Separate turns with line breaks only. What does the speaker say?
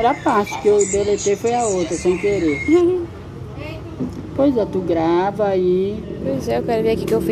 outra parte, que eu deletei foi a outra, sem querer. pois é, tu grava aí.
Pois é, eu quero ver o que que eu fiz.